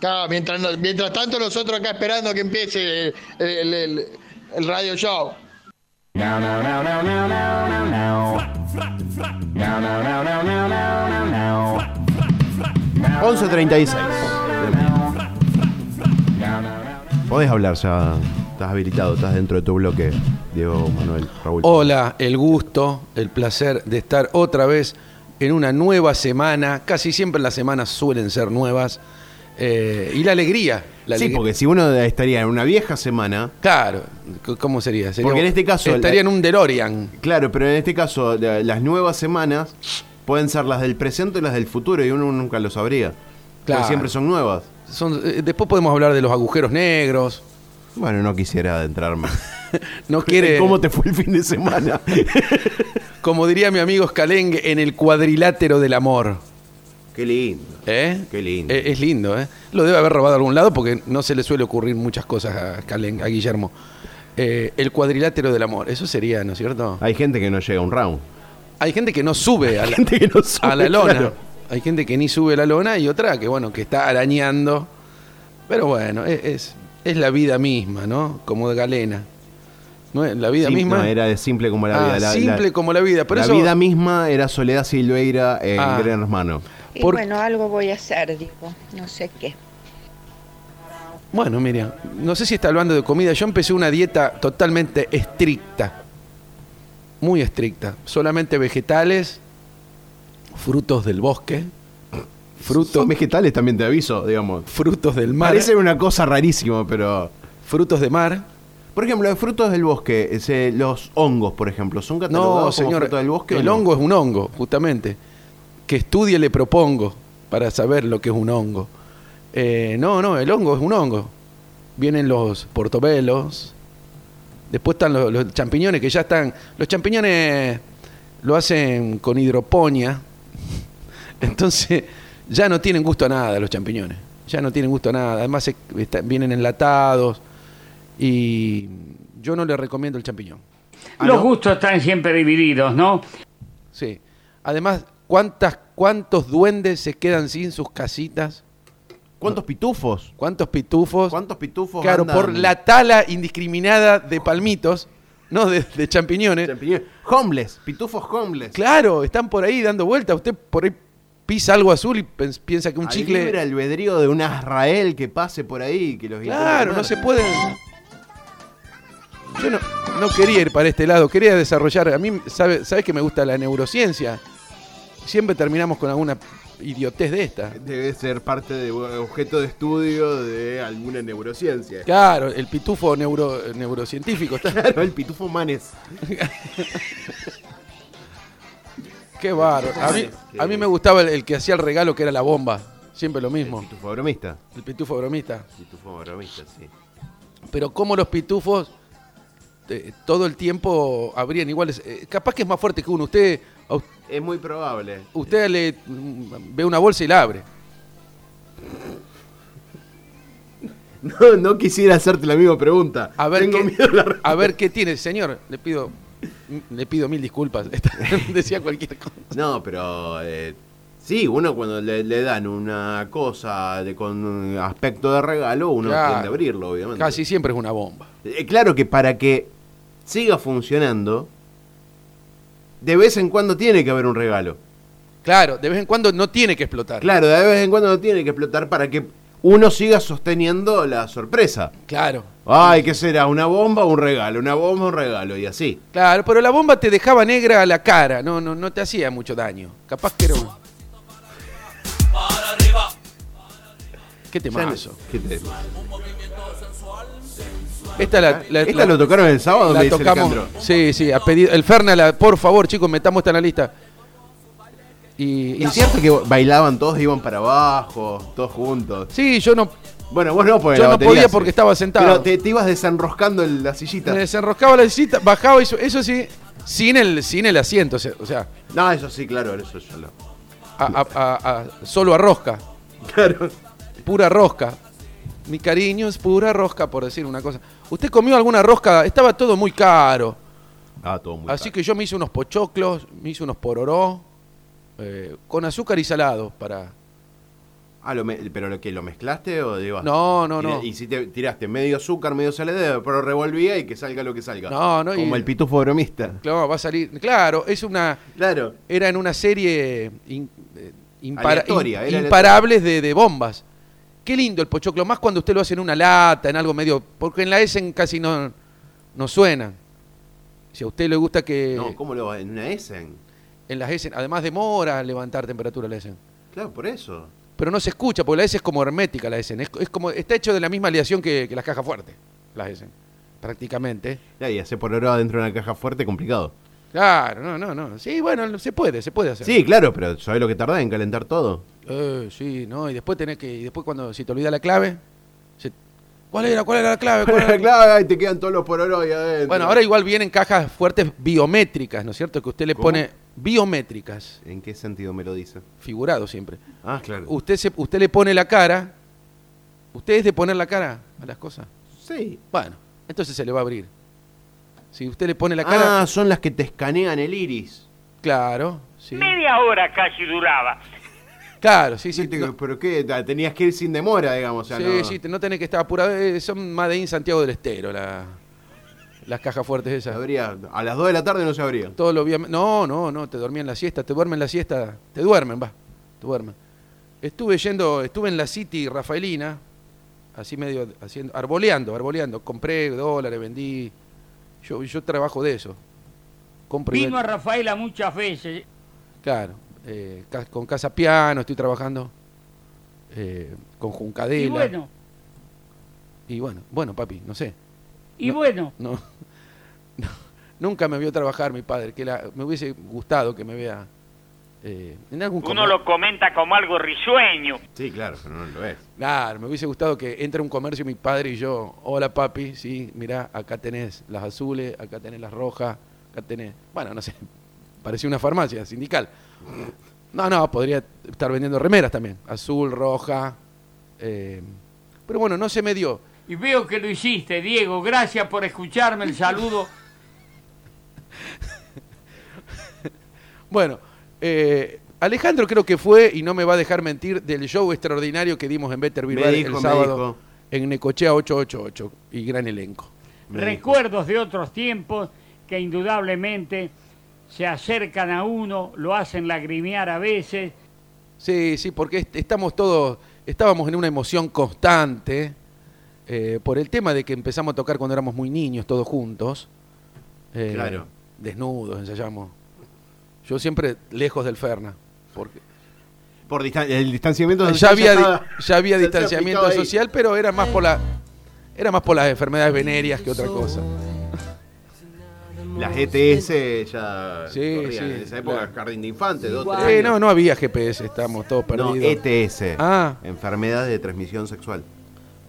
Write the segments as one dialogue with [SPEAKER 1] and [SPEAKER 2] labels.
[SPEAKER 1] Claro, mientras, no- mientras tanto nosotros acá esperando que empiece el, el- el- el radio show.
[SPEAKER 2] Now, now, now, now, now, now, now, now. Now, now, now, now, now, now, now, now.
[SPEAKER 3] 11.36.
[SPEAKER 2] Now, now, now.
[SPEAKER 3] Podés hablar ya. Estás habilitado, estás dentro de tu bloque, Diego, Manuel, Raúl.
[SPEAKER 4] Hola, el gusto, el placer de estar otra vez en una nueva semana. Casi siempre las semanas suelen ser nuevas. Eh, y la alegría. La
[SPEAKER 3] sí,
[SPEAKER 4] alegría.
[SPEAKER 3] porque si uno estaría en una vieja semana,
[SPEAKER 4] Claro, c- ¿cómo sería? Sería
[SPEAKER 3] Porque en este caso-
[SPEAKER 4] Estaría en un DeLorean.
[SPEAKER 3] claro, pero en este caso la- las nuevas semanas pueden ser las del presente y las del futuro y uno nunca lo sabría. Porque
[SPEAKER 4] Claro.
[SPEAKER 3] siempre son nuevas.
[SPEAKER 4] Son- eh, después podemos hablar de los agujeros negros.
[SPEAKER 3] Bueno, no quisiera adentrarme.
[SPEAKER 4] No quiere,
[SPEAKER 3] ¿Cómo te fue el fin de semana?
[SPEAKER 4] como diría mi amigo Scalengue, en el cuadrilátero del amor.
[SPEAKER 3] Qué lindo.
[SPEAKER 4] ¿Eh?
[SPEAKER 3] Qué lindo.
[SPEAKER 4] Eh, es lindo, ¿eh? Lo debe haber robado a algún lado porque no se le suele ocurrir muchas cosas a, Calen- a Guillermo. Eh, el cuadrilátero del amor, eso sería, ¿no es cierto?
[SPEAKER 3] Hay gente que no llega a un round.
[SPEAKER 4] Hay gente que no sube a la,
[SPEAKER 3] gente que no sube,
[SPEAKER 4] a la lona.
[SPEAKER 3] claro.
[SPEAKER 4] Hay gente que ni sube a la lona y otra que, bueno, que está arañando. Pero bueno, es, es, es la vida misma, ¿no? Como de Galena. ¿No es? La vida
[SPEAKER 3] Sim-
[SPEAKER 4] misma.
[SPEAKER 3] no, era de simple como la
[SPEAKER 4] Ah,
[SPEAKER 3] vida. La-
[SPEAKER 4] simple
[SPEAKER 3] la-
[SPEAKER 4] como la vida. Por
[SPEAKER 3] la
[SPEAKER 4] eso,
[SPEAKER 3] vida misma era Soledad Silveira en
[SPEAKER 4] Ah.
[SPEAKER 3] Gran Hermano.
[SPEAKER 5] Y
[SPEAKER 4] Por-
[SPEAKER 5] bueno, algo voy a hacer, digo, no sé qué.
[SPEAKER 4] Bueno, mira, no sé si está hablando de comida. Yo empecé una dieta totalmente estricta. Muy estricta. Solamente vegetales, frutos del bosque, frutos,
[SPEAKER 3] Son vegetales también, te aviso, digamos.
[SPEAKER 4] frutos del mar,
[SPEAKER 3] Parece una cosa rarísima, pero...
[SPEAKER 4] frutos de mar.
[SPEAKER 3] Por ejemplo, de frutos del bosque, ese- los hongos, por ejemplo, ¿son catalogados
[SPEAKER 4] No,
[SPEAKER 3] como
[SPEAKER 4] señor.
[SPEAKER 3] fruta del bosque? o
[SPEAKER 4] el
[SPEAKER 3] no?
[SPEAKER 4] hongo es un hongo, justamente. Que estudie le propongo para saber lo que es un hongo. Eh, no, no, el hongo es un hongo. Vienen los portobelos. Después están los, los champiñones que ya están. Los champiñones lo hacen con hidroponía. Entonces ya no tienen gusto a nada los champiñones. Ya no tienen gusto a nada. Además se- está- vienen enlatados. Y yo no le recomiendo el champiñón.
[SPEAKER 3] Ah,
[SPEAKER 6] Los
[SPEAKER 3] ¿no?
[SPEAKER 6] gustos están siempre divididos, ¿no?
[SPEAKER 4] Sí. Además, ¿cuántas, ¿cuántos duendes se quedan sin sus casitas?
[SPEAKER 3] ¿Cuántos pitufos?
[SPEAKER 4] ¿Cuántos pitufos?
[SPEAKER 3] ¿Cuántos pitufos
[SPEAKER 4] claro,
[SPEAKER 3] andan?
[SPEAKER 4] por la tala indiscriminada de palmitos, no de, de champiñones.
[SPEAKER 3] Champiñones. Homeless, pitufos homeless.
[SPEAKER 4] Claro, están por ahí dando vuelta. Usted por ahí pisa algo azul y pens- piensa que un
[SPEAKER 3] Al libre
[SPEAKER 4] chicle...
[SPEAKER 3] albedrío de un Azrael que pase por ahí, que los intente
[SPEAKER 4] Claro, no
[SPEAKER 3] matar.
[SPEAKER 4] se pueden... Yo no, no quería ir para este lado, quería desarrollar... A mí, ¿sabes sabe que me gusta la neurociencia? Siempre terminamos con alguna idiotez de esta.
[SPEAKER 3] Debe ser parte de objeto de estudio de alguna neurociencia.
[SPEAKER 4] Claro, el pitufo neuro- neurocientífico. Está,
[SPEAKER 3] Claro, el pitufo manes.
[SPEAKER 4] qué bárbaro. A mí, a mí me gustaba el, el que hacía el regalo, que era la bomba. Siempre lo mismo.
[SPEAKER 3] Pitufo bromista.
[SPEAKER 4] El pitufo bromista.
[SPEAKER 3] Pitufo bromista, sí.
[SPEAKER 4] Pero como los pitufos eh, todo el tiempo abrían iguales. Eh, capaz que es más fuerte que uno. Usted, a us-
[SPEAKER 3] Es muy probable.
[SPEAKER 4] usted le mm, ve una bolsa y la abre.
[SPEAKER 3] No, no quisiera hacerte la misma pregunta.
[SPEAKER 4] A ver,
[SPEAKER 3] Tengo
[SPEAKER 4] qué,
[SPEAKER 3] miedo a la respuesta.
[SPEAKER 4] a ver qué tiene, señor. Le pido, mm, le pido mil disculpas. Decía cualquier cosa.
[SPEAKER 3] No, pero. eh, sí, uno cuando le, le dan una cosa de- con un aspecto de regalo, uno
[SPEAKER 4] Claro.
[SPEAKER 3] tiende a abrirlo, obviamente.
[SPEAKER 4] Casi siempre es una bomba.
[SPEAKER 3] Eh, claro que para que siga funcionando, de vez en cuando tiene que haber un regalo.
[SPEAKER 4] Claro, de vez en cuando no tiene que explotar.
[SPEAKER 3] Claro, de vez en cuando no tiene que explotar para que uno siga sosteniendo la sorpresa.
[SPEAKER 4] Claro.
[SPEAKER 3] Ay, ¿qué será? ¿Una bomba o un regalo? ¿Una bomba o un regalo? Y así.
[SPEAKER 4] Claro, pero la bomba te dejaba negra la cara, no, no, no te hacía mucho daño. Capaz que era un... Qué temazo.
[SPEAKER 3] ¿Qué te-
[SPEAKER 4] Esta la, la-
[SPEAKER 3] Esta
[SPEAKER 4] la-
[SPEAKER 3] lo tocaron el sábado,
[SPEAKER 4] la
[SPEAKER 3] me dice
[SPEAKER 4] tocamos.
[SPEAKER 3] Alejandro.
[SPEAKER 4] Sí, sí, a pedido. El Ferna, la- por favor, chicos, metamos esta en la lista. Y, y-
[SPEAKER 3] Es cierto que bailaban todos, iban para abajo, todos juntos.
[SPEAKER 4] sí, yo no
[SPEAKER 3] Bueno, vos no, porque
[SPEAKER 4] Yo
[SPEAKER 3] la
[SPEAKER 4] no
[SPEAKER 3] batería
[SPEAKER 4] podía
[SPEAKER 3] sí.
[SPEAKER 4] porque estaba sentado.
[SPEAKER 3] Pero te, te ibas desenroscando en la sillita.
[SPEAKER 4] me desenroscaba la visita, bajaba y su- eso sí, sin el, sin el asiento, o sea, o sea,
[SPEAKER 3] No, eso sí, claro, eso yo lo.
[SPEAKER 4] a- a- a- a- solo a rosca.
[SPEAKER 3] Claro.
[SPEAKER 4] pura rosca. Mi cariño es pura rosca, por decir una cosa. ¿Usted comió alguna rosca? Estaba todo muy caro.
[SPEAKER 3] Ah, todo muy
[SPEAKER 4] así que yo me hice unos pochoclos, me hice unos pororó, eh, con azúcar y salado para,
[SPEAKER 3] Ah, lo me- ¿Pero lo que lo mezclaste o digo?
[SPEAKER 4] No, no,
[SPEAKER 3] tira-
[SPEAKER 4] no.
[SPEAKER 3] Y si te tiraste medio azúcar, medio saledero, pero revolvía y que salga lo que salga.
[SPEAKER 4] No, no, y-
[SPEAKER 3] Como el pitufo bromista.
[SPEAKER 4] Claro, va a salir. Claro, es una.
[SPEAKER 3] Claro.
[SPEAKER 4] Era en una serie in- eh, impara-
[SPEAKER 3] Aleatoria, era
[SPEAKER 4] in-
[SPEAKER 3] aleatoria.
[SPEAKER 4] imparables de, de bombas. Qué lindo el pochoclo, más cuando usted lo hace en una lata, en algo medio. Porque en la S en casi no, no suenan. Si a usted le gusta que.
[SPEAKER 3] No, ¿cómo lo en una Essen?
[SPEAKER 4] En las S, además demora levantar temperatura la S.
[SPEAKER 3] Claro, por eso.
[SPEAKER 4] Pero no se escucha, porque la S es como hermética, la S. Es, es como, está hecho de la misma aleación que, que las cajas fuertes, las S. Prácticamente.
[SPEAKER 3] Ya, y hacer por hora dentro de una caja fuerte complicado.
[SPEAKER 4] Claro, no, no, no. Sí, bueno, se puede, se puede hacer.
[SPEAKER 3] Sí, claro, pero ¿sabes lo que tarda en calentar todo?
[SPEAKER 4] Eh, sí, no, y después tenés que. Y después, cuando si te olvida la clave. se- ¿Cuál era? ¿Cuál era la clave? ¿Cuál era la clave?
[SPEAKER 3] claro, ahí te quedan todos los por ahí adentro.
[SPEAKER 4] Bueno, ahora igual vienen cajas fuertes biométricas, ¿no es cierto? Que usted le
[SPEAKER 3] ¿Cómo?
[SPEAKER 4] pone biométricas,
[SPEAKER 3] ¿En qué sentido me lo dice?
[SPEAKER 4] figurado siempre.
[SPEAKER 3] Ah, claro.
[SPEAKER 4] Usted, se, usted le pone la cara. ¿Usted es de poner la cara a las cosas?
[SPEAKER 3] sí.
[SPEAKER 4] Bueno, entonces se le va a abrir. Si usted le pone la cara.
[SPEAKER 3] Ah, son las que te escanean el iris.
[SPEAKER 4] Claro, sí.
[SPEAKER 7] Media hora casi duraba.
[SPEAKER 4] Claro, sí, sí.
[SPEAKER 3] Sí, te-
[SPEAKER 4] no-
[SPEAKER 3] pero qué, Ta- tenías que ir sin demora, digamos. o sea,
[SPEAKER 4] sí,
[SPEAKER 3] no-
[SPEAKER 4] sí, te- no tenés que estar apurado. eh, son Made in Santiago del Estero la- las cajas fuertes
[SPEAKER 3] se
[SPEAKER 4] esas.
[SPEAKER 3] abría- a las 2 de la tarde no se abría.
[SPEAKER 4] Todo lo via- No, no, no, te dormían la siesta, te duermen la siesta, te duermen, va, te duermen. Estuve yendo, estuve en la City Rafaelina, así medio haciendo, arboleando, arboleando, compré dólares, vendí. Yo, yo trabajo de eso. Compro y
[SPEAKER 6] Vino a
[SPEAKER 4] vendo.
[SPEAKER 6] Rafaela muchas veces.
[SPEAKER 4] Claro, eh, ca- con Casa Piano estoy trabajando. eh, con Juncadela.
[SPEAKER 6] Y bueno,
[SPEAKER 4] Y bueno, bueno, papi, no sé.
[SPEAKER 6] y
[SPEAKER 4] No.
[SPEAKER 6] bueno.
[SPEAKER 4] No, no, nunca me vio trabajar mi padre, que la- me hubiese gustado que me vea eh, en algún
[SPEAKER 7] Uno
[SPEAKER 4] comer-
[SPEAKER 7] lo comenta como algo risueño.
[SPEAKER 3] Sí, claro, pero no lo es.
[SPEAKER 4] Claro, me hubiese gustado que entre a un comercio mi padre y yo, hola papi, sí, mirá, acá tenés las azules, acá tenés las rojas, acá tenés, bueno, no sé, parecía una farmacia sindical. No, no, podría estar vendiendo remeras también, azul, roja, eh, pero bueno, no se me dio.
[SPEAKER 6] Y veo que lo hiciste, Diego. Gracias por escucharme el saludo.
[SPEAKER 4] Bueno, eh, Alejandro creo que fue, y no me va a dejar mentir, del show extraordinario que dimos en Better
[SPEAKER 3] Me
[SPEAKER 4] Bilbao
[SPEAKER 3] dijo,
[SPEAKER 4] el
[SPEAKER 3] me
[SPEAKER 4] sábado
[SPEAKER 3] dijo.
[SPEAKER 4] en Necochea 888 y gran elenco.
[SPEAKER 3] Me
[SPEAKER 6] Recuerdos de otros tiempos que indudablemente se acercan a uno, lo hacen lagrimear a veces.
[SPEAKER 4] Sí, sí, porque est- estamos todos, estábamos en una emoción constante eh, por el tema de que empezamos a tocar cuando éramos muy niños, todos juntos. Eh,
[SPEAKER 3] Claro.
[SPEAKER 4] Desnudos, ensayamos. Yo siempre lejos del Ferna. Porque
[SPEAKER 3] Por distan- el distanciamiento
[SPEAKER 4] ya
[SPEAKER 3] social
[SPEAKER 4] había, di-
[SPEAKER 3] estaba-
[SPEAKER 4] ya había
[SPEAKER 3] se
[SPEAKER 4] distanciamiento
[SPEAKER 3] aplicaba ahí.
[SPEAKER 4] social, pero era más por la, era más por las enfermedades venéreas que otra cosa.
[SPEAKER 3] Las ETS ya
[SPEAKER 4] Sí,
[SPEAKER 3] corrían
[SPEAKER 4] sí,
[SPEAKER 3] en esa época,
[SPEAKER 4] claro.
[SPEAKER 3] jardín de infantes, dos, tres
[SPEAKER 4] Eh,
[SPEAKER 3] años.
[SPEAKER 4] no, no había GPS, estábamos todos
[SPEAKER 3] No, E
[SPEAKER 4] perdidos.
[SPEAKER 3] ETS.
[SPEAKER 4] Ah.
[SPEAKER 3] Enfermedad de transmisión sexual.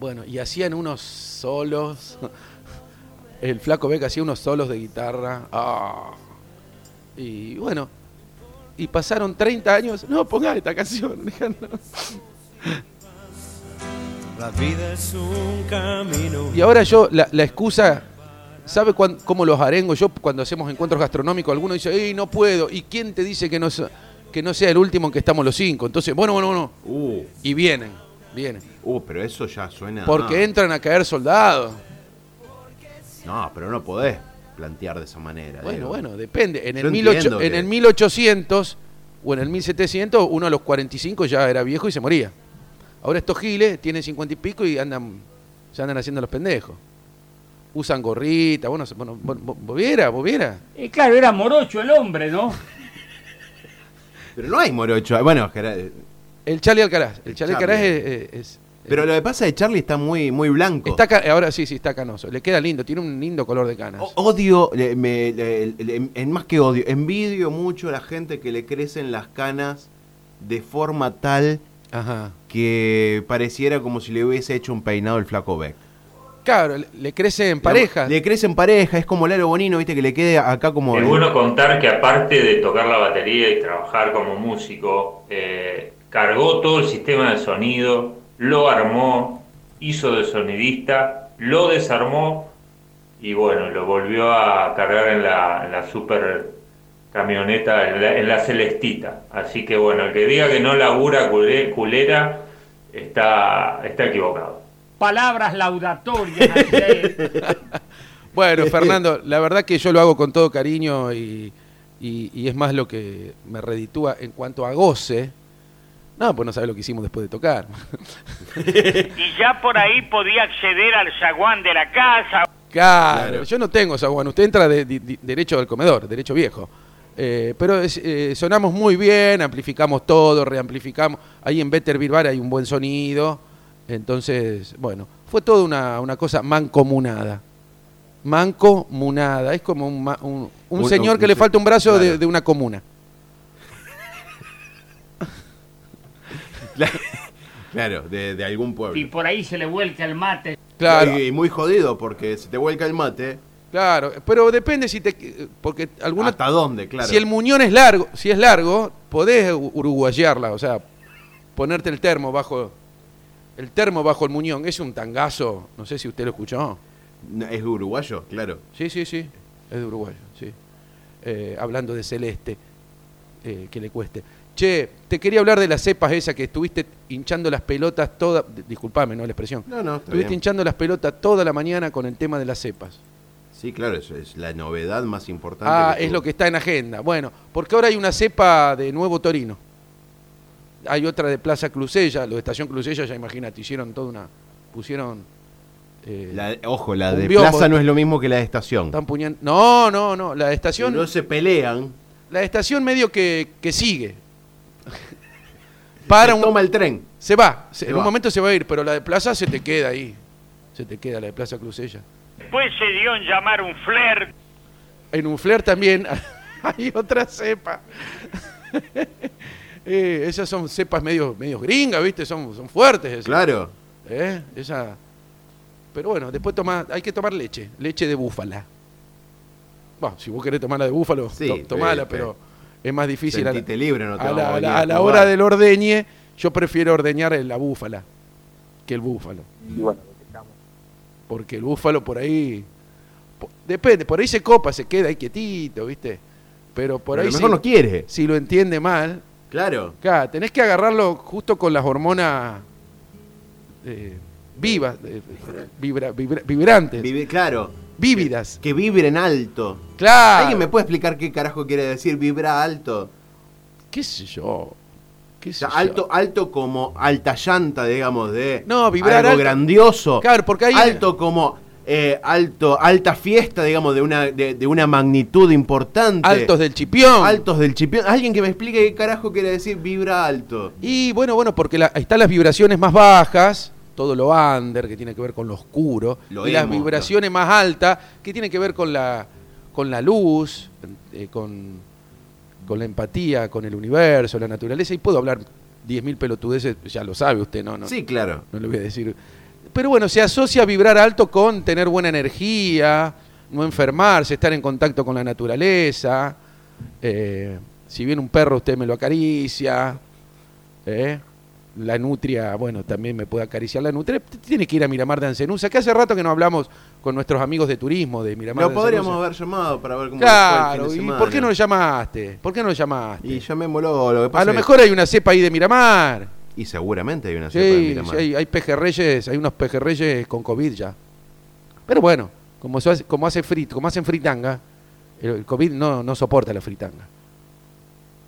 [SPEAKER 4] Bueno, y hacían unos solos. El flaco Beck hacía unos solos de guitarra. Ah. Y bueno, y pasaron 30 años. No, ponga esta canción, Alejandro.
[SPEAKER 8] La vida es un camino.
[SPEAKER 4] Y ahora yo, la, la excusa, ¿sabe cuán- cómo los arengo yo cuando hacemos encuentros gastronómicos? Alguno dice, ¡Ey, no puedo! ¿Y quién te dice que no, so- que no sea el último en que estamos los cinco? Entonces, bueno, bueno, bueno.
[SPEAKER 3] Uh,
[SPEAKER 4] Y vienen, vienen.
[SPEAKER 3] uh, pero eso ya suena.
[SPEAKER 4] Porque entran a caer soldados.
[SPEAKER 3] No, pero no podés plantear de esa manera.
[SPEAKER 4] Bueno,
[SPEAKER 3] Diego.
[SPEAKER 4] bueno, depende. En
[SPEAKER 3] Yo
[SPEAKER 4] el, 1800
[SPEAKER 3] entiendo que-
[SPEAKER 4] en el 1800 o en el 1700, uno a los 45 ya era viejo y se moría. Ahora estos giles tienen 50 y pico y andan, se andan haciendo los pendejos. Usan gorrita, bueno, se- bueno vos- vos- vos viera, vos viera.
[SPEAKER 6] Y claro, era morocho el hombre, ¿no?
[SPEAKER 3] Pero no hay morocho. Bueno, eh, Gerard,
[SPEAKER 4] El Charlie Alcaraz. El
[SPEAKER 3] Charlie.
[SPEAKER 4] Charlie Alcaraz es... es- es-
[SPEAKER 3] pero lo que pasa es que Charlie está muy, muy blanco.
[SPEAKER 4] está ca- ahora sí, sí, está canoso. Le queda lindo, tiene un lindo color de canas.
[SPEAKER 3] O- Odio, le- me- le- le- en- más que odio, envidio mucho a la gente que le crecen las canas de forma tal
[SPEAKER 4] Ajá.
[SPEAKER 3] que pareciera como si le hubiese hecho un peinado el flaco Beck.
[SPEAKER 4] Claro, le, le crece en pareja.
[SPEAKER 3] Le crece en pareja, es como Lalo Bonino, viste, que le quede acá como...
[SPEAKER 9] Es bueno contar que aparte de tocar la batería y trabajar como músico, eh, cargó todo el sistema de sonido, lo armó, hizo de sonidista, lo desarmó y bueno, lo volvió a cargar en la, en la super camioneta, en la, en la celestita. Así que bueno, el que diga que no labura culé- culera, está, está equivocado.
[SPEAKER 6] Palabras laudatorias. hacia él.
[SPEAKER 4] Bueno, Fernando, la verdad que yo lo hago con todo cariño y, y- y es más lo que me reditúa en cuanto a goce. No, pues no sabes lo que hicimos después de tocar.
[SPEAKER 7] Y ya por ahí podía acceder al zaguán de la casa.
[SPEAKER 4] Claro, yo no tengo saguán. Usted entra de- de- de- derecho al comedor, derecho viejo. Eh, pero es- eh, sonamos muy bien, amplificamos todo, reamplificamos. Ahí en Better Beer Bar hay un buen sonido. Entonces, bueno, fue toda una, una cosa mancomunada. Mancomunada. Es como un, ma- un- un
[SPEAKER 3] Un-
[SPEAKER 4] señor
[SPEAKER 3] un-
[SPEAKER 4] que le
[SPEAKER 3] un-
[SPEAKER 4] falta un brazo de,
[SPEAKER 3] claro.
[SPEAKER 4] de una comuna.
[SPEAKER 3] Claro, de, de algún
[SPEAKER 6] Y
[SPEAKER 3] pueblo.
[SPEAKER 6] por ahí se le vuelca el mate.
[SPEAKER 4] Claro,
[SPEAKER 3] Y, y muy jodido porque se te vuelca el mate.
[SPEAKER 4] claro. Pero depende si te. Porque algunos
[SPEAKER 3] ¿Hasta dónde? Claro.
[SPEAKER 4] Si el muñón es largo, si es largo, podés u- uruguayarla, o sea, ponerte el termo bajo el termo bajo el muñón, es un tangazo, no sé si usted lo escuchó.
[SPEAKER 3] No, Es uruguayo, claro.
[SPEAKER 4] Sí, sí, sí, es de Uruguay, sí. Eh, hablando de celeste, eh, que le cueste. Che, te quería hablar de las cepas esas que estuviste hinchando las pelotas toda, d- disculpame, no la expresión.
[SPEAKER 3] No, no, está
[SPEAKER 4] estuviste
[SPEAKER 3] bien.
[SPEAKER 4] hinchando las pelotas toda la mañana con el tema de las cepas.
[SPEAKER 3] Sí, claro, es, es la novedad más importante.
[SPEAKER 4] Ah,
[SPEAKER 3] que
[SPEAKER 4] es
[SPEAKER 3] tuvo.
[SPEAKER 4] lo que está en agenda. Bueno, porque ahora hay una cepa de Nuevo Torino. Hay otra de Plaza Clusella, lo de Estación Clusella, ya imagínate, hicieron toda una. Pusieron. eh,
[SPEAKER 3] La- ojo, la
[SPEAKER 4] Un
[SPEAKER 3] de
[SPEAKER 4] biombo.
[SPEAKER 3] plaza no es lo mismo que la de estación.
[SPEAKER 4] están puñan- No, no, no. La
[SPEAKER 3] Si
[SPEAKER 4] estación.
[SPEAKER 3] no se pelean,
[SPEAKER 4] La estación medio que, que sigue.
[SPEAKER 3] para
[SPEAKER 4] Para un.
[SPEAKER 3] toma el tren.
[SPEAKER 4] Se va.
[SPEAKER 3] Se
[SPEAKER 4] se- en
[SPEAKER 3] va.
[SPEAKER 4] un momento se va a ir, pero la de Plaza se te queda ahí. Se te queda la de Plaza Clusella.
[SPEAKER 7] Después se dio en llamar un flair.
[SPEAKER 4] En Unfler también hay otra cepa. Eh, esas son cepas medio, medio gringas, ¿viste? Son, son fuertes esas.
[SPEAKER 3] Claro.
[SPEAKER 4] ¿Eh? Esa- Pero bueno, después toma, hay que tomar leche, leche de búfala. Bueno, si vos querés tomarla de búfalo,
[SPEAKER 3] Sí,
[SPEAKER 4] to- tomala,
[SPEAKER 3] pe- pe-
[SPEAKER 4] pero es más difícil.
[SPEAKER 3] Sentite libre, no te
[SPEAKER 4] a
[SPEAKER 3] vamos a
[SPEAKER 4] la- a la-
[SPEAKER 3] venir a
[SPEAKER 4] a la
[SPEAKER 3] probar.
[SPEAKER 4] hora del ordeñe, yo prefiero ordeñar la búfala que el búfalo. Porque el búfalo por ahí. po- depende, por ahí se copa, se queda ahí quietito, ¿viste? Pero por
[SPEAKER 3] Pero a
[SPEAKER 4] ahí.
[SPEAKER 3] lo
[SPEAKER 4] si-
[SPEAKER 3] mejor no quiere.
[SPEAKER 4] si lo entiende mal,
[SPEAKER 3] Claro.
[SPEAKER 4] Claro, tenés que agarrarlo justo con las hormonas eh, vivas, eh, vibra- vibra- vibrantes,
[SPEAKER 3] Vivi- claro.
[SPEAKER 4] vívidas.
[SPEAKER 3] Que vibren alto.
[SPEAKER 4] Claro.
[SPEAKER 3] ¿Alguien me puede explicar qué carajo quiere decir vibra alto?
[SPEAKER 4] ¿Qué sé yo? ¿Qué
[SPEAKER 3] O
[SPEAKER 4] sé
[SPEAKER 3] sea,
[SPEAKER 4] yo?
[SPEAKER 3] alto, alto como alta llanta, digamos, de
[SPEAKER 4] No, vibrar
[SPEAKER 3] algo
[SPEAKER 4] alto.
[SPEAKER 3] grandioso.
[SPEAKER 4] Claro, porque hay-
[SPEAKER 3] Alto como eh, alto, alta fiesta, digamos, de una, de, de una magnitud importante.
[SPEAKER 4] Altos del chipión.
[SPEAKER 3] Altos del chipión. Alguien que me explique qué carajo quiere decir vibra alto.
[SPEAKER 4] Y bueno, bueno, porque la- ahí están las vibraciones más bajas, todo lo under, que tiene que ver con lo oscuro,
[SPEAKER 3] Lo
[SPEAKER 4] y las
[SPEAKER 3] emo,
[SPEAKER 4] vibraciones más altas, que tienen que ver con la, con la luz, eh, con, con la empatía, con el universo, la naturaleza, y puedo hablar 10.000 pelotudeces, ya lo sabe usted, ¿no? no
[SPEAKER 3] Sí, claro.
[SPEAKER 4] no le voy a decir. Pero bueno, se asocia vibrar alto con tener buena energía, no enfermarse, estar en contacto con la naturaleza. Eh, si viene un perro, usted me lo acaricia. ¿eh? La nutria, bueno, también me puede acariciar la nutria. T- Tiene que ir a Miramar de Ancenusa, que hace rato que no hablamos con nuestros amigos de turismo de Miramar
[SPEAKER 3] Lo
[SPEAKER 4] de
[SPEAKER 3] podríamos
[SPEAKER 4] Ancenusa.
[SPEAKER 3] haber llamado para ver cómo le fue el fin
[SPEAKER 4] Claro,
[SPEAKER 3] de
[SPEAKER 4] ¿y
[SPEAKER 3] semana.
[SPEAKER 4] por qué no lo llamaste? ¿Por qué no lo llamaste?
[SPEAKER 3] Y llamémoslo. Lo que pasa
[SPEAKER 4] a lo
[SPEAKER 3] es-
[SPEAKER 4] mejor hay una cepa ahí de Miramar.
[SPEAKER 3] Y seguramente hay una cepa de
[SPEAKER 4] Sí,
[SPEAKER 3] Miramar.
[SPEAKER 4] sí, hay, hay pejerreyes, hay unos pejerreyes con COVID ya. Pero bueno, como, se hace- como, hace frit, como hacen fritanga, el, el COVID no, no soporta la fritanga.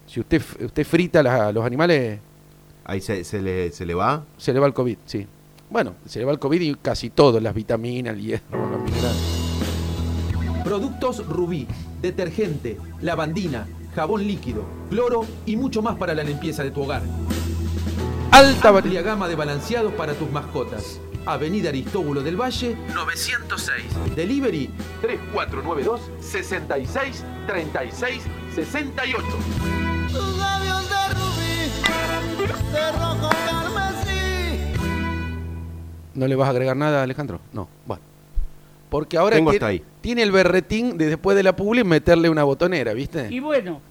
[SPEAKER 4] Si usted, f- usted frita la- los animales,
[SPEAKER 3] Ahí se, se le, se le va.
[SPEAKER 4] se le va el COVID, sí. Bueno, se le va el COVID y casi todo, las vitaminas, el hierro, los minerales.
[SPEAKER 10] Productos Rubí, detergente, lavandina, jabón líquido, cloro y mucho más para la limpieza de tu hogar.
[SPEAKER 4] Alta va-
[SPEAKER 10] Amplia gama de balanceados para tus mascotas. Avenida Aristóbulo del Valle, 906. Delivery 3492 66 36 68.
[SPEAKER 4] ¿No le vas a agregar nada, Alejandro? No, bueno. Porque ahora
[SPEAKER 3] Tengo
[SPEAKER 4] tiene,
[SPEAKER 3] hasta ahí.
[SPEAKER 4] tiene el berretín de después de la publi meterle una botonera, ¿viste?
[SPEAKER 6] Y bueno,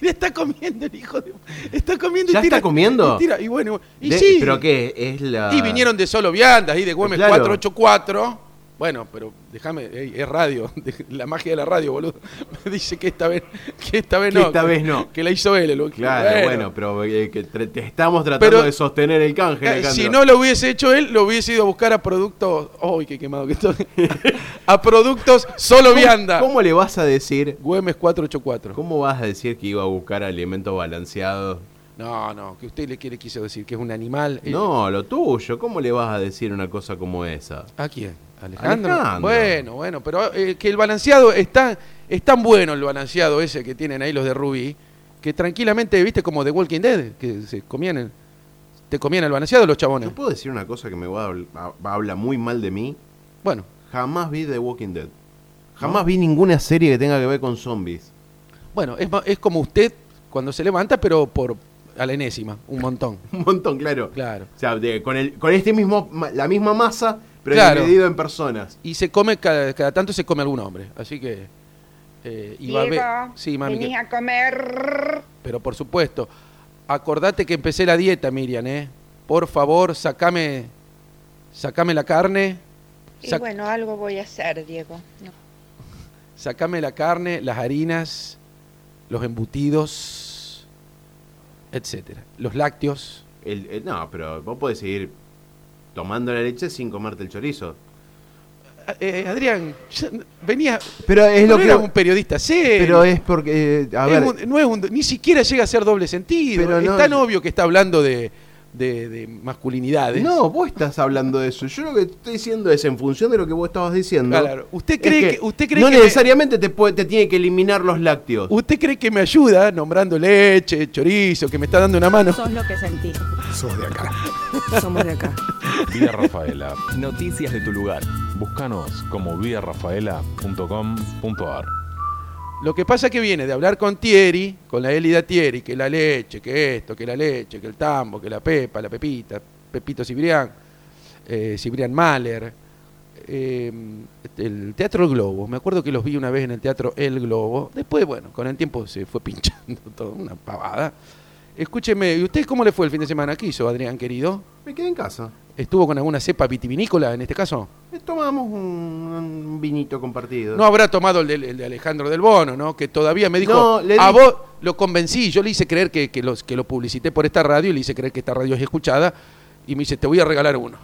[SPEAKER 4] Mira, está comiendo el hijo de. Está comiendo y
[SPEAKER 3] ¿Ya
[SPEAKER 4] tira-
[SPEAKER 3] está comiendo?
[SPEAKER 4] Y, tira, y bueno, y
[SPEAKER 3] De-
[SPEAKER 4] sí.
[SPEAKER 3] ¿Pero qué? Es la...
[SPEAKER 4] Y vinieron de solo viandas, y de Güemes
[SPEAKER 3] Claro.
[SPEAKER 4] 484. Bueno, pero déjame, ey, es radio, de- la magia de la radio, boludo. Me dice que esta vez, que esta vez
[SPEAKER 3] Que
[SPEAKER 4] no.
[SPEAKER 3] esta vez no.
[SPEAKER 4] Que la hizo él, el
[SPEAKER 3] Claro, bueno, pero eh, que tra- te estamos tratando
[SPEAKER 4] Pero-
[SPEAKER 3] de sostener el canje.
[SPEAKER 4] Eh,
[SPEAKER 3] Alejandro.
[SPEAKER 4] Si no lo hubiese hecho él, lo hubiese ido a buscar a productos. ¡Ay, qué quemado que estoy! a productos solo
[SPEAKER 3] ¿Cómo-
[SPEAKER 4] vianda.
[SPEAKER 3] ¿Cómo le vas a decir?
[SPEAKER 4] Güemes 484.
[SPEAKER 3] ¿Cómo vas a decir que iba a buscar alimentos balanceados?
[SPEAKER 4] No, no, que usted le quiere quiso decir que es un animal. Eh,
[SPEAKER 3] No, lo tuyo. ¿Cómo le vas a decir una cosa como esa?
[SPEAKER 4] ¿A quién? Alejandro.
[SPEAKER 3] Alejandro.
[SPEAKER 4] Bueno, bueno, pero eh, que el balanceado está, es tan bueno el balanceado ese que tienen ahí los de Rubí, que tranquilamente, viste, como The Walking Dead, que se comían, el- te comían el balanceado los chabones.
[SPEAKER 3] ¿Puedo decir una cosa que me va a habl- a- va a hablar muy mal de mí?
[SPEAKER 4] Bueno,
[SPEAKER 3] Jamás vi The Walking Dead. Jamás vi ninguna serie que tenga que ver con zombies.
[SPEAKER 4] bueno, es, ma- es como usted cuando se levanta, pero por a la enésima, un montón.
[SPEAKER 3] Un montón, claro.
[SPEAKER 4] Claro.
[SPEAKER 3] O sea, de- con, el, con este mismo, ma- la misma masa, pero
[SPEAKER 4] Claro.
[SPEAKER 3] dividido en personas.
[SPEAKER 4] Y se come, cada, cada tanto se come algún hombre. Así que. eh, y va a ver-
[SPEAKER 5] Diego,
[SPEAKER 4] Sí, mami.
[SPEAKER 5] venís
[SPEAKER 4] que-
[SPEAKER 5] a comer.
[SPEAKER 4] Pero por supuesto. Acordate que empecé la dieta, Miriam, ¿eh? Por favor, sacame. Sacame la carne.
[SPEAKER 5] Y
[SPEAKER 4] sac-
[SPEAKER 5] bueno, algo voy a hacer, Diego. No.
[SPEAKER 4] Sacame la carne, las harinas, los embutidos, etcétera. Los lácteos.
[SPEAKER 3] El- el- no, pero vos podés seguir tomando la leche sin comerte el chorizo.
[SPEAKER 4] Eh, Adrián, ya- venía.
[SPEAKER 3] Pero es
[SPEAKER 4] no
[SPEAKER 3] lo que.
[SPEAKER 4] era un periodista, sí.
[SPEAKER 3] Pero es porque. eh, a
[SPEAKER 4] Es
[SPEAKER 3] ver.
[SPEAKER 4] un- no es un- ni siquiera llega a ser doble sentido.
[SPEAKER 3] Pero
[SPEAKER 4] es
[SPEAKER 3] no-
[SPEAKER 4] tan obvio que está hablando de, de, de masculinidades.
[SPEAKER 3] No, vos estás hablando de eso. Yo lo que estoy diciendo es en función de lo que vos estabas diciendo.
[SPEAKER 4] Claro. ¿Usted cree
[SPEAKER 3] es
[SPEAKER 4] que, usted cree
[SPEAKER 3] no
[SPEAKER 4] que me-
[SPEAKER 3] necesariamente te, puede, te tiene que eliminar los lácteos.
[SPEAKER 4] usted cree que me ayuda nombrando leche, chorizo, que me está dando una mano?
[SPEAKER 11] Sos lo que sentí.
[SPEAKER 12] Sos de acá.
[SPEAKER 11] Somos de acá.
[SPEAKER 13] Vía Rafaela. Noticias de tu lugar. Búscanos como viarafaela.com.ar.
[SPEAKER 4] Lo que pasa que viene de hablar con Thierry, con la Elida Thierry, que la leche, que esto, que la leche, que el tambo, que la pepa, la pepita, Pepito Cibrián, eh, Cibrián Mahler, eh, el Teatro Globo. Me acuerdo que los vi una vez en el Teatro El Globo. Después, bueno, con el tiempo se fue pinchando todo, una pavada. Escúcheme, ¿y usted cómo le fue el fin de semana? ¿Qué hizo, Adrián, querido?
[SPEAKER 3] Me quedé en casa.
[SPEAKER 4] ¿Estuvo con alguna cepa vitivinícola en este caso?
[SPEAKER 3] Eh, Tomamos un, un vinito compartido.
[SPEAKER 4] No habrá tomado el de, el de Alejandro del Bono, ¿no? Que todavía me dijo,
[SPEAKER 3] No, le
[SPEAKER 4] a
[SPEAKER 3] di-
[SPEAKER 4] vos lo convencí, yo le hice creer que, que los, que lo publicité por esta radio y le hice creer que esta radio es escuchada y me dice, te voy a regalar uno.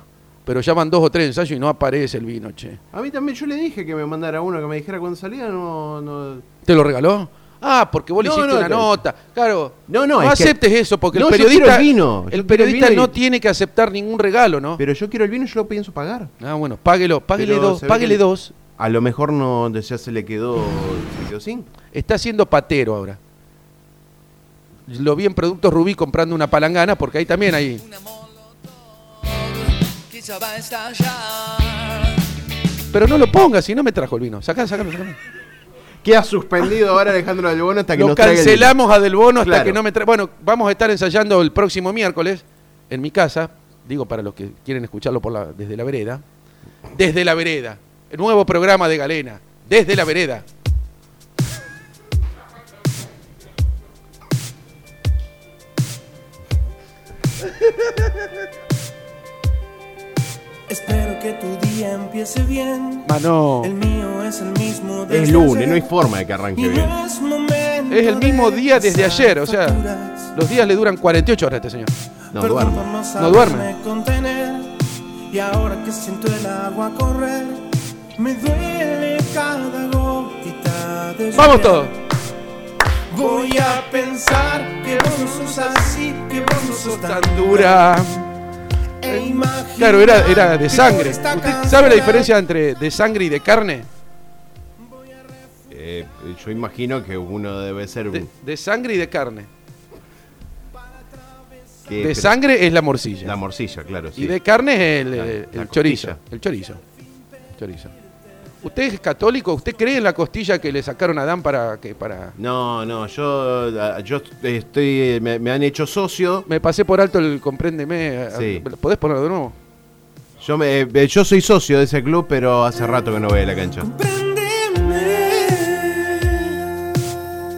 [SPEAKER 4] Pero ya van dos o tres ensayos y no aparece el vino, che.
[SPEAKER 3] A mí también yo le dije que me mandara uno que me dijera cuando salía. No, no.
[SPEAKER 4] ¿Te lo regaló? Ah, porque vos le
[SPEAKER 3] No,
[SPEAKER 4] hiciste
[SPEAKER 3] no,
[SPEAKER 4] una
[SPEAKER 3] no.
[SPEAKER 4] nota. Claro,
[SPEAKER 3] No, no, es que-
[SPEAKER 4] aceptes eso, porque
[SPEAKER 3] No,
[SPEAKER 4] el
[SPEAKER 3] yo quiero
[SPEAKER 4] periodista,
[SPEAKER 3] el vino, yo quiero
[SPEAKER 4] el
[SPEAKER 3] el
[SPEAKER 4] periodista
[SPEAKER 3] vino y-
[SPEAKER 4] no tiene que aceptar ningún regalo, ¿no?
[SPEAKER 3] Pero yo quiero el vino y yo lo pienso pagar.
[SPEAKER 4] Ah, bueno, páguelo, páguele
[SPEAKER 3] Pero
[SPEAKER 4] dos,
[SPEAKER 3] se ve
[SPEAKER 4] páguele
[SPEAKER 3] que-
[SPEAKER 4] dos.
[SPEAKER 3] A lo mejor no ya se le quedó, se quedó sin.
[SPEAKER 4] Está siendo patero ahora. Lo vi en Productos Rubí comprando una palangana, porque ahí también hay...
[SPEAKER 14] Quizá va a estallar.
[SPEAKER 4] Pero no lo pongas, si no me trajo el vino. Sacá, sacalo, sacalo.
[SPEAKER 3] Queda suspendido ahora Alejandro del Bono hasta que
[SPEAKER 4] Lo
[SPEAKER 3] nos traiga el vino.
[SPEAKER 4] cancelamos a Del Bono hasta
[SPEAKER 3] Claro.
[SPEAKER 4] que no me traiga. Bueno, vamos a estar ensayando el próximo miércoles en mi casa. Digo para los que quieren escucharlo por la- desde la vereda. Desde la vereda. El nuevo programa de Galena. Desde la vereda.
[SPEAKER 8] Espero que tu día empiece bien.
[SPEAKER 4] Mano.
[SPEAKER 8] El mío es el mismo desde
[SPEAKER 3] Es lunes, no hay
[SPEAKER 8] ayer.
[SPEAKER 3] forma de que arranque
[SPEAKER 8] Y
[SPEAKER 3] bien.
[SPEAKER 8] no es momento
[SPEAKER 4] Es el mismo
[SPEAKER 8] de
[SPEAKER 4] día desde
[SPEAKER 8] pasar
[SPEAKER 4] ayer. O sea,
[SPEAKER 8] facturas.
[SPEAKER 4] los días le duran 48 horas a este señor.
[SPEAKER 3] No
[SPEAKER 8] Perdón
[SPEAKER 3] duerme.
[SPEAKER 8] por no
[SPEAKER 4] No duerme.
[SPEAKER 8] saberme contener. Y ahora que siento el agua correr, me duele cada gotita de
[SPEAKER 4] Vamos
[SPEAKER 8] llover.
[SPEAKER 4] todos.
[SPEAKER 8] Voy a pensar que vos no sos así, que vos no sos tan
[SPEAKER 4] Dura.
[SPEAKER 8] E imaginar
[SPEAKER 4] Claro, era, era
[SPEAKER 8] que
[SPEAKER 4] de sangre.
[SPEAKER 8] por esta
[SPEAKER 4] ¿Usted
[SPEAKER 8] canción
[SPEAKER 4] sabe la diferencia entre de sangre y de carne?
[SPEAKER 3] Eh, yo imagino que uno debe ser
[SPEAKER 4] De, de sangre y de carne.
[SPEAKER 3] que-
[SPEAKER 4] De
[SPEAKER 3] pero-
[SPEAKER 4] sangre es la morcilla.
[SPEAKER 3] La morcilla, claro, sí.
[SPEAKER 4] Y de carne es el,
[SPEAKER 3] La-
[SPEAKER 4] el
[SPEAKER 3] la
[SPEAKER 4] chorizo.
[SPEAKER 3] costilla.
[SPEAKER 4] El chorizo. Chorizo. ¿Usted es católico? ¿Usted cree en la costilla que le sacaron a Adán para que para.?
[SPEAKER 3] No, no, yo, ah, yo estoy, eh, me, me han hecho socio.
[SPEAKER 4] Me pasé por alto el compréndeme. eh,
[SPEAKER 3] Sí.
[SPEAKER 4] ¿Podés ponerlo de nuevo?
[SPEAKER 3] Yo, me, eh, yo soy socio de ese club, pero hace rato que no voy a la cancha.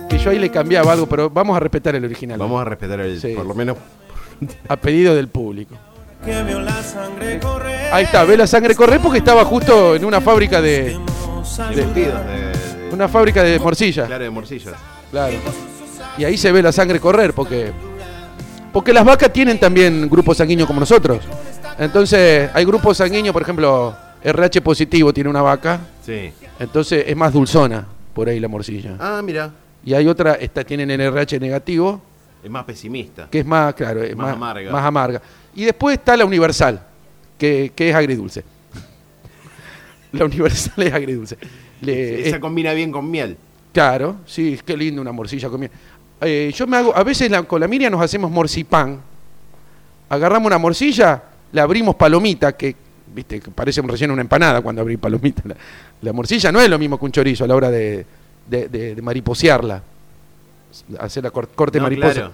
[SPEAKER 4] Que yo ahí le cambiaba algo, pero vamos a respetar el original.
[SPEAKER 3] Vamos a respetar el,
[SPEAKER 4] Sí.
[SPEAKER 3] por lo menos
[SPEAKER 4] A pedido del público.
[SPEAKER 8] que vio la sangre correr.
[SPEAKER 4] Ahí está, ve la sangre correr porque estaba justo en una fábrica de.
[SPEAKER 3] De pidas,
[SPEAKER 4] Una fábrica de morcillas.
[SPEAKER 3] Claro, de morcillas.
[SPEAKER 4] Claro. Y ahí se ve la sangre correr porque. Porque las vacas tienen también grupos sanguíneos como nosotros. Entonces, hay grupos sanguíneos, por ejemplo, RH positivo tiene una vaca.
[SPEAKER 3] Sí.
[SPEAKER 4] Entonces es más dulzona por ahí la morcilla.
[SPEAKER 3] Ah, mira.
[SPEAKER 4] Y hay otra, esta tienen el RH negativo,
[SPEAKER 3] Es más pesimista.
[SPEAKER 4] que es más, claro, es
[SPEAKER 3] Más
[SPEAKER 4] más,
[SPEAKER 3] amarga.
[SPEAKER 4] más amarga. Y después está la universal, que, que es agridulce. La universal es agridulce. Le-
[SPEAKER 3] Esa
[SPEAKER 4] es-
[SPEAKER 3] combina bien con miel.
[SPEAKER 4] claro, sí, qué lindo una morcilla con miel. Eh, yo me hago, a veces la- con la Miria nos hacemos morcipán. Agarramos una morcilla, la abrimos palomita, que viste que parece un- recién una empanada cuando abrí palomita. La, la morcilla no es lo mismo que un chorizo a la hora de, de, de- de mariposearla, hacer la cor- corte
[SPEAKER 3] No,
[SPEAKER 4] mariposa.
[SPEAKER 3] claro.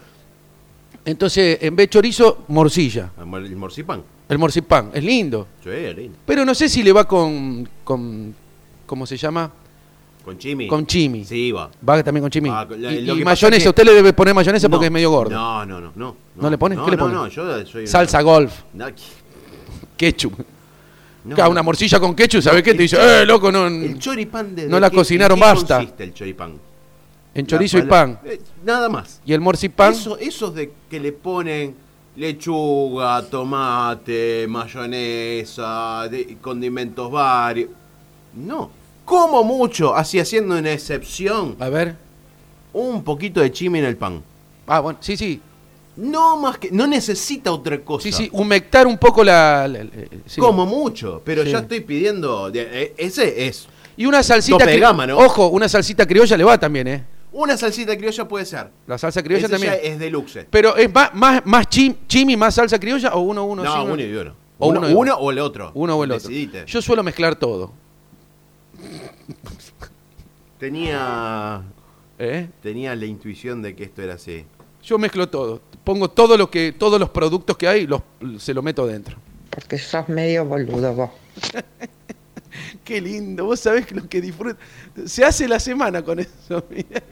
[SPEAKER 4] Entonces, en vez de chorizo, morcilla.
[SPEAKER 3] El Ah, mor- el morcipán.
[SPEAKER 4] El morcipán, es lindo.
[SPEAKER 3] Sí, lindo.
[SPEAKER 4] Pero no sé si le va con, con ¿cómo se llama?
[SPEAKER 3] Con chimi.
[SPEAKER 4] Con chimi.
[SPEAKER 3] Sí, va.
[SPEAKER 4] Va también con chimi.
[SPEAKER 3] Ah, con la-
[SPEAKER 4] y
[SPEAKER 3] lo
[SPEAKER 4] y
[SPEAKER 3] que pasa
[SPEAKER 4] mayonesa,
[SPEAKER 3] es que-
[SPEAKER 4] usted le debe poner mayonesa
[SPEAKER 3] No.
[SPEAKER 4] porque es medio gordo.
[SPEAKER 3] No, no, no. ¿No,
[SPEAKER 4] ¿No le pone?
[SPEAKER 3] No,
[SPEAKER 4] ¿Qué le
[SPEAKER 3] no,
[SPEAKER 4] pone?
[SPEAKER 3] no, yo soy una-
[SPEAKER 4] Salsa golf,
[SPEAKER 3] No,
[SPEAKER 4] ketchup.
[SPEAKER 3] no,
[SPEAKER 4] Claro,
[SPEAKER 3] no.
[SPEAKER 4] una morcilla con ketchup, ¿sabés qué? Te dice, eh, loco, no,
[SPEAKER 3] El choripán de.
[SPEAKER 4] no
[SPEAKER 3] de
[SPEAKER 4] la
[SPEAKER 3] qué-
[SPEAKER 4] cocinaron
[SPEAKER 3] ¿en qué
[SPEAKER 4] basta.
[SPEAKER 3] consiste el choripán?
[SPEAKER 4] en chorizo
[SPEAKER 3] La
[SPEAKER 4] y
[SPEAKER 3] pala-
[SPEAKER 4] pan.
[SPEAKER 3] Eh, nada más.
[SPEAKER 4] Y el morcipán,
[SPEAKER 3] Eso- esos de que le ponen lechuga, tomate, mayonesa, de- condimentos varios. No. Como mucho, así haciendo una excepción,
[SPEAKER 4] a ver.
[SPEAKER 3] un poquito de chimi en el pan.
[SPEAKER 4] Ah, bueno, sí, sí,
[SPEAKER 3] No más que. No necesita otra cosa.
[SPEAKER 4] sí, sí, humectar un poco la... la- la- eh, sí.
[SPEAKER 3] Como mucho, pero
[SPEAKER 4] Sí.
[SPEAKER 3] ya estoy pidiendo. de- eh, ese es.
[SPEAKER 4] Y una salsita...
[SPEAKER 3] Tope de
[SPEAKER 4] cri-
[SPEAKER 3] gama, ¿no?
[SPEAKER 4] Ojo, una salsita criolla le va también, ¿eh?
[SPEAKER 3] Una salsita criolla puede ser.
[SPEAKER 4] La salsa criolla
[SPEAKER 3] Ese
[SPEAKER 4] también.
[SPEAKER 3] ya es deluxe.
[SPEAKER 4] Pero es más, más, más chi- chimi, más salsa criolla o uno, uno,
[SPEAKER 3] no,
[SPEAKER 4] sí,
[SPEAKER 3] uno y uno.
[SPEAKER 4] O
[SPEAKER 3] uno,
[SPEAKER 4] uno y
[SPEAKER 3] uno
[SPEAKER 4] uno.
[SPEAKER 3] o el otro.
[SPEAKER 4] Uno o el otro.
[SPEAKER 3] Decidite.
[SPEAKER 4] Yo suelo mezclar todo.
[SPEAKER 3] Tenía.
[SPEAKER 4] ¿eh?
[SPEAKER 3] Tenía la intuición de que esto era así.
[SPEAKER 4] Yo mezclo todo. Pongo todo lo que, todos los productos que hay, los, se lo meto dentro.
[SPEAKER 5] Porque sos medio boludo vos.
[SPEAKER 4] Qué lindo, vos sabés lo que disfruta. Se hace la semana con eso. Mirá,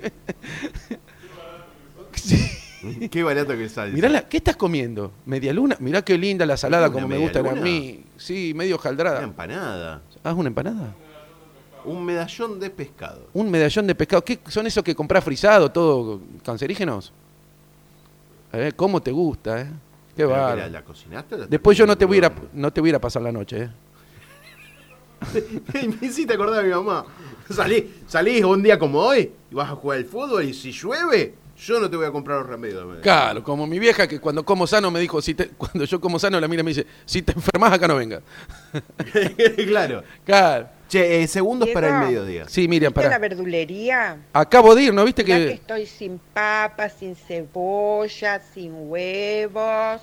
[SPEAKER 3] Qué barato que sale.
[SPEAKER 4] Mirá la- ¿qué estás comiendo? ¿Media luna? Mirá qué linda la salada
[SPEAKER 3] ¿Una
[SPEAKER 4] como me
[SPEAKER 3] media
[SPEAKER 4] gusta a
[SPEAKER 3] luna?
[SPEAKER 4] mí. Sí, medio
[SPEAKER 3] Una
[SPEAKER 4] jaldrada.
[SPEAKER 3] empanada.
[SPEAKER 4] ¿Haz una empanada?
[SPEAKER 3] Un medallón de pescado.
[SPEAKER 4] Un medallón de pescado. ¿Qué son esos que comprás frisado, todo cancerígenos? Eh, ¿Cómo te gusta, eh? Qué
[SPEAKER 3] Pero que
[SPEAKER 4] bárbaro.
[SPEAKER 3] ¿La, la cocinaste? o la
[SPEAKER 4] Después yo
[SPEAKER 3] terminaste
[SPEAKER 4] no te voy a ir a,
[SPEAKER 3] cruda?
[SPEAKER 4] no te voy a ir a pasar la noche, eh.
[SPEAKER 3] Me hiciste acordar a mi mamá. Salí, salís un día como hoy y vas a jugar al fútbol y si llueve, yo no te voy a comprar los remedios. me decía.
[SPEAKER 4] Claro, como mi vieja que cuando como sano me dijo, si te- cuando yo como sano la mira y me dice, si te enfermas acá no vengas.
[SPEAKER 3] claro.
[SPEAKER 4] Claro.
[SPEAKER 3] Che, eh, segundos para el
[SPEAKER 5] Diego.
[SPEAKER 3] mediodía.
[SPEAKER 4] Sí, Miriam,
[SPEAKER 5] ¿Viste la
[SPEAKER 4] pará.
[SPEAKER 5] verdulería?
[SPEAKER 4] Acabo de ir, ¿no viste
[SPEAKER 5] Mirá que
[SPEAKER 4] que
[SPEAKER 5] estoy sin papa, sin cebolla, sin huevos.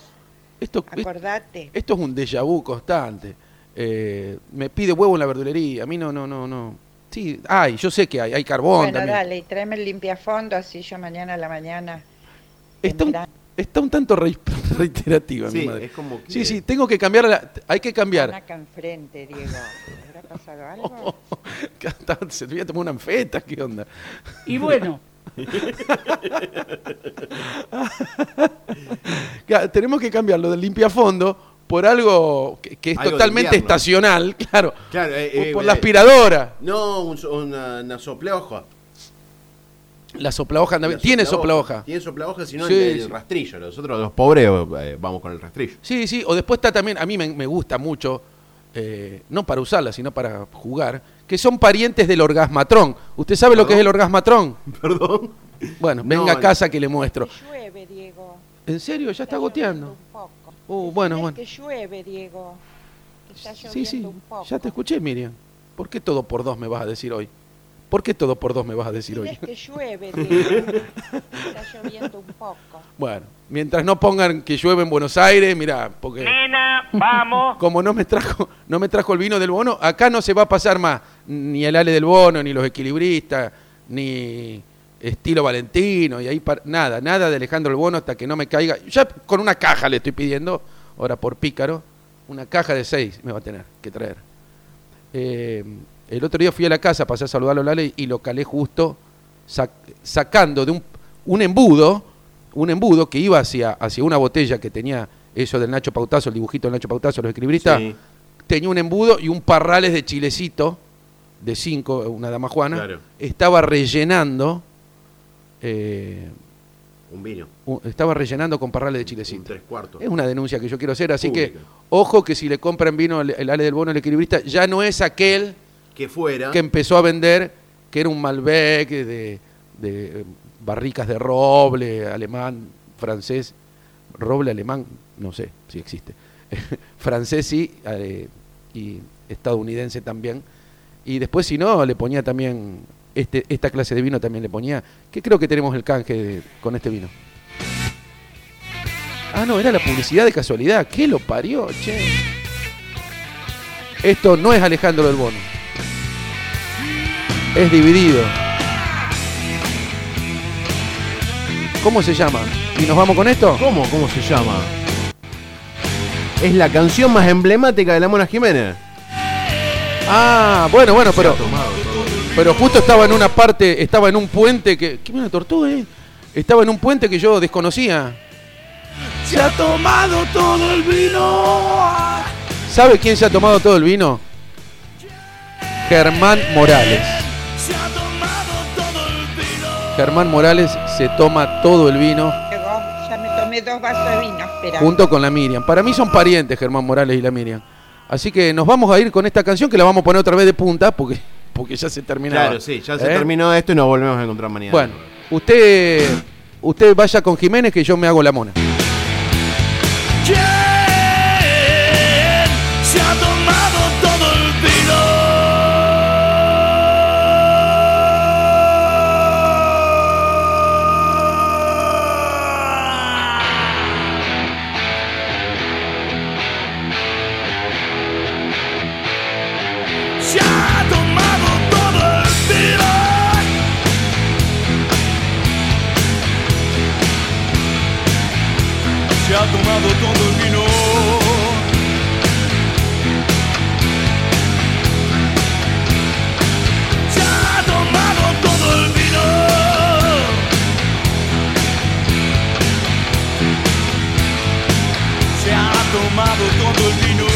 [SPEAKER 4] esto,
[SPEAKER 5] Acordate.
[SPEAKER 4] esto es un déjà vu constante? Eh, me pide huevo en la verdulería, a mí no, no, no, no. Sí, hay, yo sé que hay, hay carbón
[SPEAKER 5] bueno,
[SPEAKER 4] también.
[SPEAKER 5] dale, y tráeme el limpiafondo así yo mañana a la mañana.
[SPEAKER 4] Está un, está un tanto re- reiterativa,
[SPEAKER 3] Sí,
[SPEAKER 4] mi madre.
[SPEAKER 3] es como que-
[SPEAKER 4] Sí, sí, tengo que cambiar, la- hay que cambiar.
[SPEAKER 5] Acá enfrente, Diego. ¿Habrá pasado algo?
[SPEAKER 4] Que hasta Se te voy a tomar una anfeta, ¿qué onda?
[SPEAKER 6] Y bueno,
[SPEAKER 4] Claro, tenemos que cambiarlo del limpiafondo por algo que, que es
[SPEAKER 3] Algo de
[SPEAKER 4] totalmente
[SPEAKER 3] invierno.
[SPEAKER 4] estacional, claro.
[SPEAKER 3] Claro, eh,
[SPEAKER 4] O
[SPEAKER 3] eh,
[SPEAKER 4] por
[SPEAKER 3] eh,
[SPEAKER 4] la aspiradora.
[SPEAKER 3] No, un so- una, una soplahoja.
[SPEAKER 4] La soplahoja anda bien.
[SPEAKER 3] Una
[SPEAKER 4] Tiene soplahoja.
[SPEAKER 3] Tiene soplahoja, si no
[SPEAKER 4] Sí,
[SPEAKER 3] el, el
[SPEAKER 4] sí.
[SPEAKER 3] rastrillo. Nosotros los pobres eh, vamos con el rastrillo.
[SPEAKER 4] Sí, sí. O después está también, a mí me, me gusta mucho, eh, no para usarla, sino para jugar, que son parientes del orgasmatrón. ¿Usted sabe lo que es el orgasmatrón?
[SPEAKER 3] Perdón.
[SPEAKER 4] Bueno,
[SPEAKER 3] No,
[SPEAKER 4] venga a
[SPEAKER 3] no.
[SPEAKER 4] casa que le muestro.
[SPEAKER 5] Llueve, Diego.
[SPEAKER 4] ¿En serio? Ya está
[SPEAKER 5] lloviendo
[SPEAKER 4] goteando.
[SPEAKER 5] Un poco.
[SPEAKER 4] Uh, bueno,
[SPEAKER 5] Es
[SPEAKER 4] bueno.
[SPEAKER 5] que llueve, Diego. Está
[SPEAKER 4] Sí,
[SPEAKER 5] lloviendo
[SPEAKER 4] sí.
[SPEAKER 5] un poco.
[SPEAKER 4] Ya te escuché, Miriam. ¿Por qué todo por dos me vas a decir hoy? ¿Por qué todo por dos me vas a decir hoy?
[SPEAKER 5] Es que llueve, Diego. Está lloviendo un poco.
[SPEAKER 4] Bueno, mientras no pongan que llueve en Buenos Aires, mirá, porque
[SPEAKER 7] Nena, vamos.
[SPEAKER 4] como no me trajo, no me trajo el vino del bono, acá no se va a pasar más ni el ale del bono, ni los equilibristas, ni estilo Valentino, y ahí par- nada, nada de Alejandro el bono hasta que no me caiga. Ya con una caja le estoy pidiendo, ahora por pícaro, una caja de seis me va a tener que traer. Eh, el otro día fui a la casa, pasé a saludarlo a Lale y lo calé justo sac- sacando de un, un embudo, un embudo que iba hacia, hacia una botella que tenía eso del Nacho Pautazo, el dibujito del Nacho Pautazo, los equilibristas, tenía un embudo y un parrales de chilecito de cinco, una dama juana,
[SPEAKER 3] Claro.
[SPEAKER 4] estaba rellenando, eh,
[SPEAKER 3] Un vino.
[SPEAKER 4] un- estaba rellenando con parrales de chilecito.
[SPEAKER 3] Tres cuartos.
[SPEAKER 4] Es una denuncia que yo quiero hacer, así que
[SPEAKER 3] Pública.
[SPEAKER 4] ojo que si le compran vino el, el Ale del Bono, el equilibrista, ya no es aquel
[SPEAKER 3] Que fuera.
[SPEAKER 4] que empezó a vender, que era un Malbec de, de, eh, barricas de roble, alemán, francés, roble alemán, no sé si existe, francés sí, eh, y estadounidense también. Y después si no, le ponía también, este, esta clase de vino también le ponía, que creo que tenemos el canje de- con este vino. Ah, no, era la publicidad de casualidad. ¿Qué lo parió, che? Esto no es Alejandro del Bono. Es dividido. ¿Cómo se llama? ¿Y nos vamos con esto?
[SPEAKER 3] ¿Cómo? ¿Cómo se llama? Es la canción más emblemática de la Mona Jiménez.
[SPEAKER 4] Ah, bueno, bueno,
[SPEAKER 3] Se
[SPEAKER 4] pero.
[SPEAKER 3] ha tomado todo.
[SPEAKER 4] Pero justo estaba en una parte, estaba en un puente que. ¿Qué una tortuga, eh? Estaba en un puente que yo desconocía.
[SPEAKER 8] Se ha tomado todo el vino.
[SPEAKER 4] ¿Sabe quién se ha tomado todo el vino? Germán Morales. Germán Morales se toma todo el vino
[SPEAKER 5] Llegó, ya me tomé dos vasos de vino, espera.
[SPEAKER 4] junto con la Miriam. Para mí son parientes Germán Morales y la Miriam. Así que nos vamos a ir con esta canción que la vamos a poner otra vez de punta porque, porque ya se terminó.
[SPEAKER 3] Claro, sí, ya se terminó esto y nos volvemos a encontrar mañana.
[SPEAKER 4] ¿Eh? Bueno, usted, usted vaya con Jiménez que yo me hago la mona.
[SPEAKER 8] ¿Quién se ha tomado todo el vino? Se ha tomado todo el vino. Se ha tomado todo el vino. Se ha tomado todo el vino. Se ha tomado todo el vino.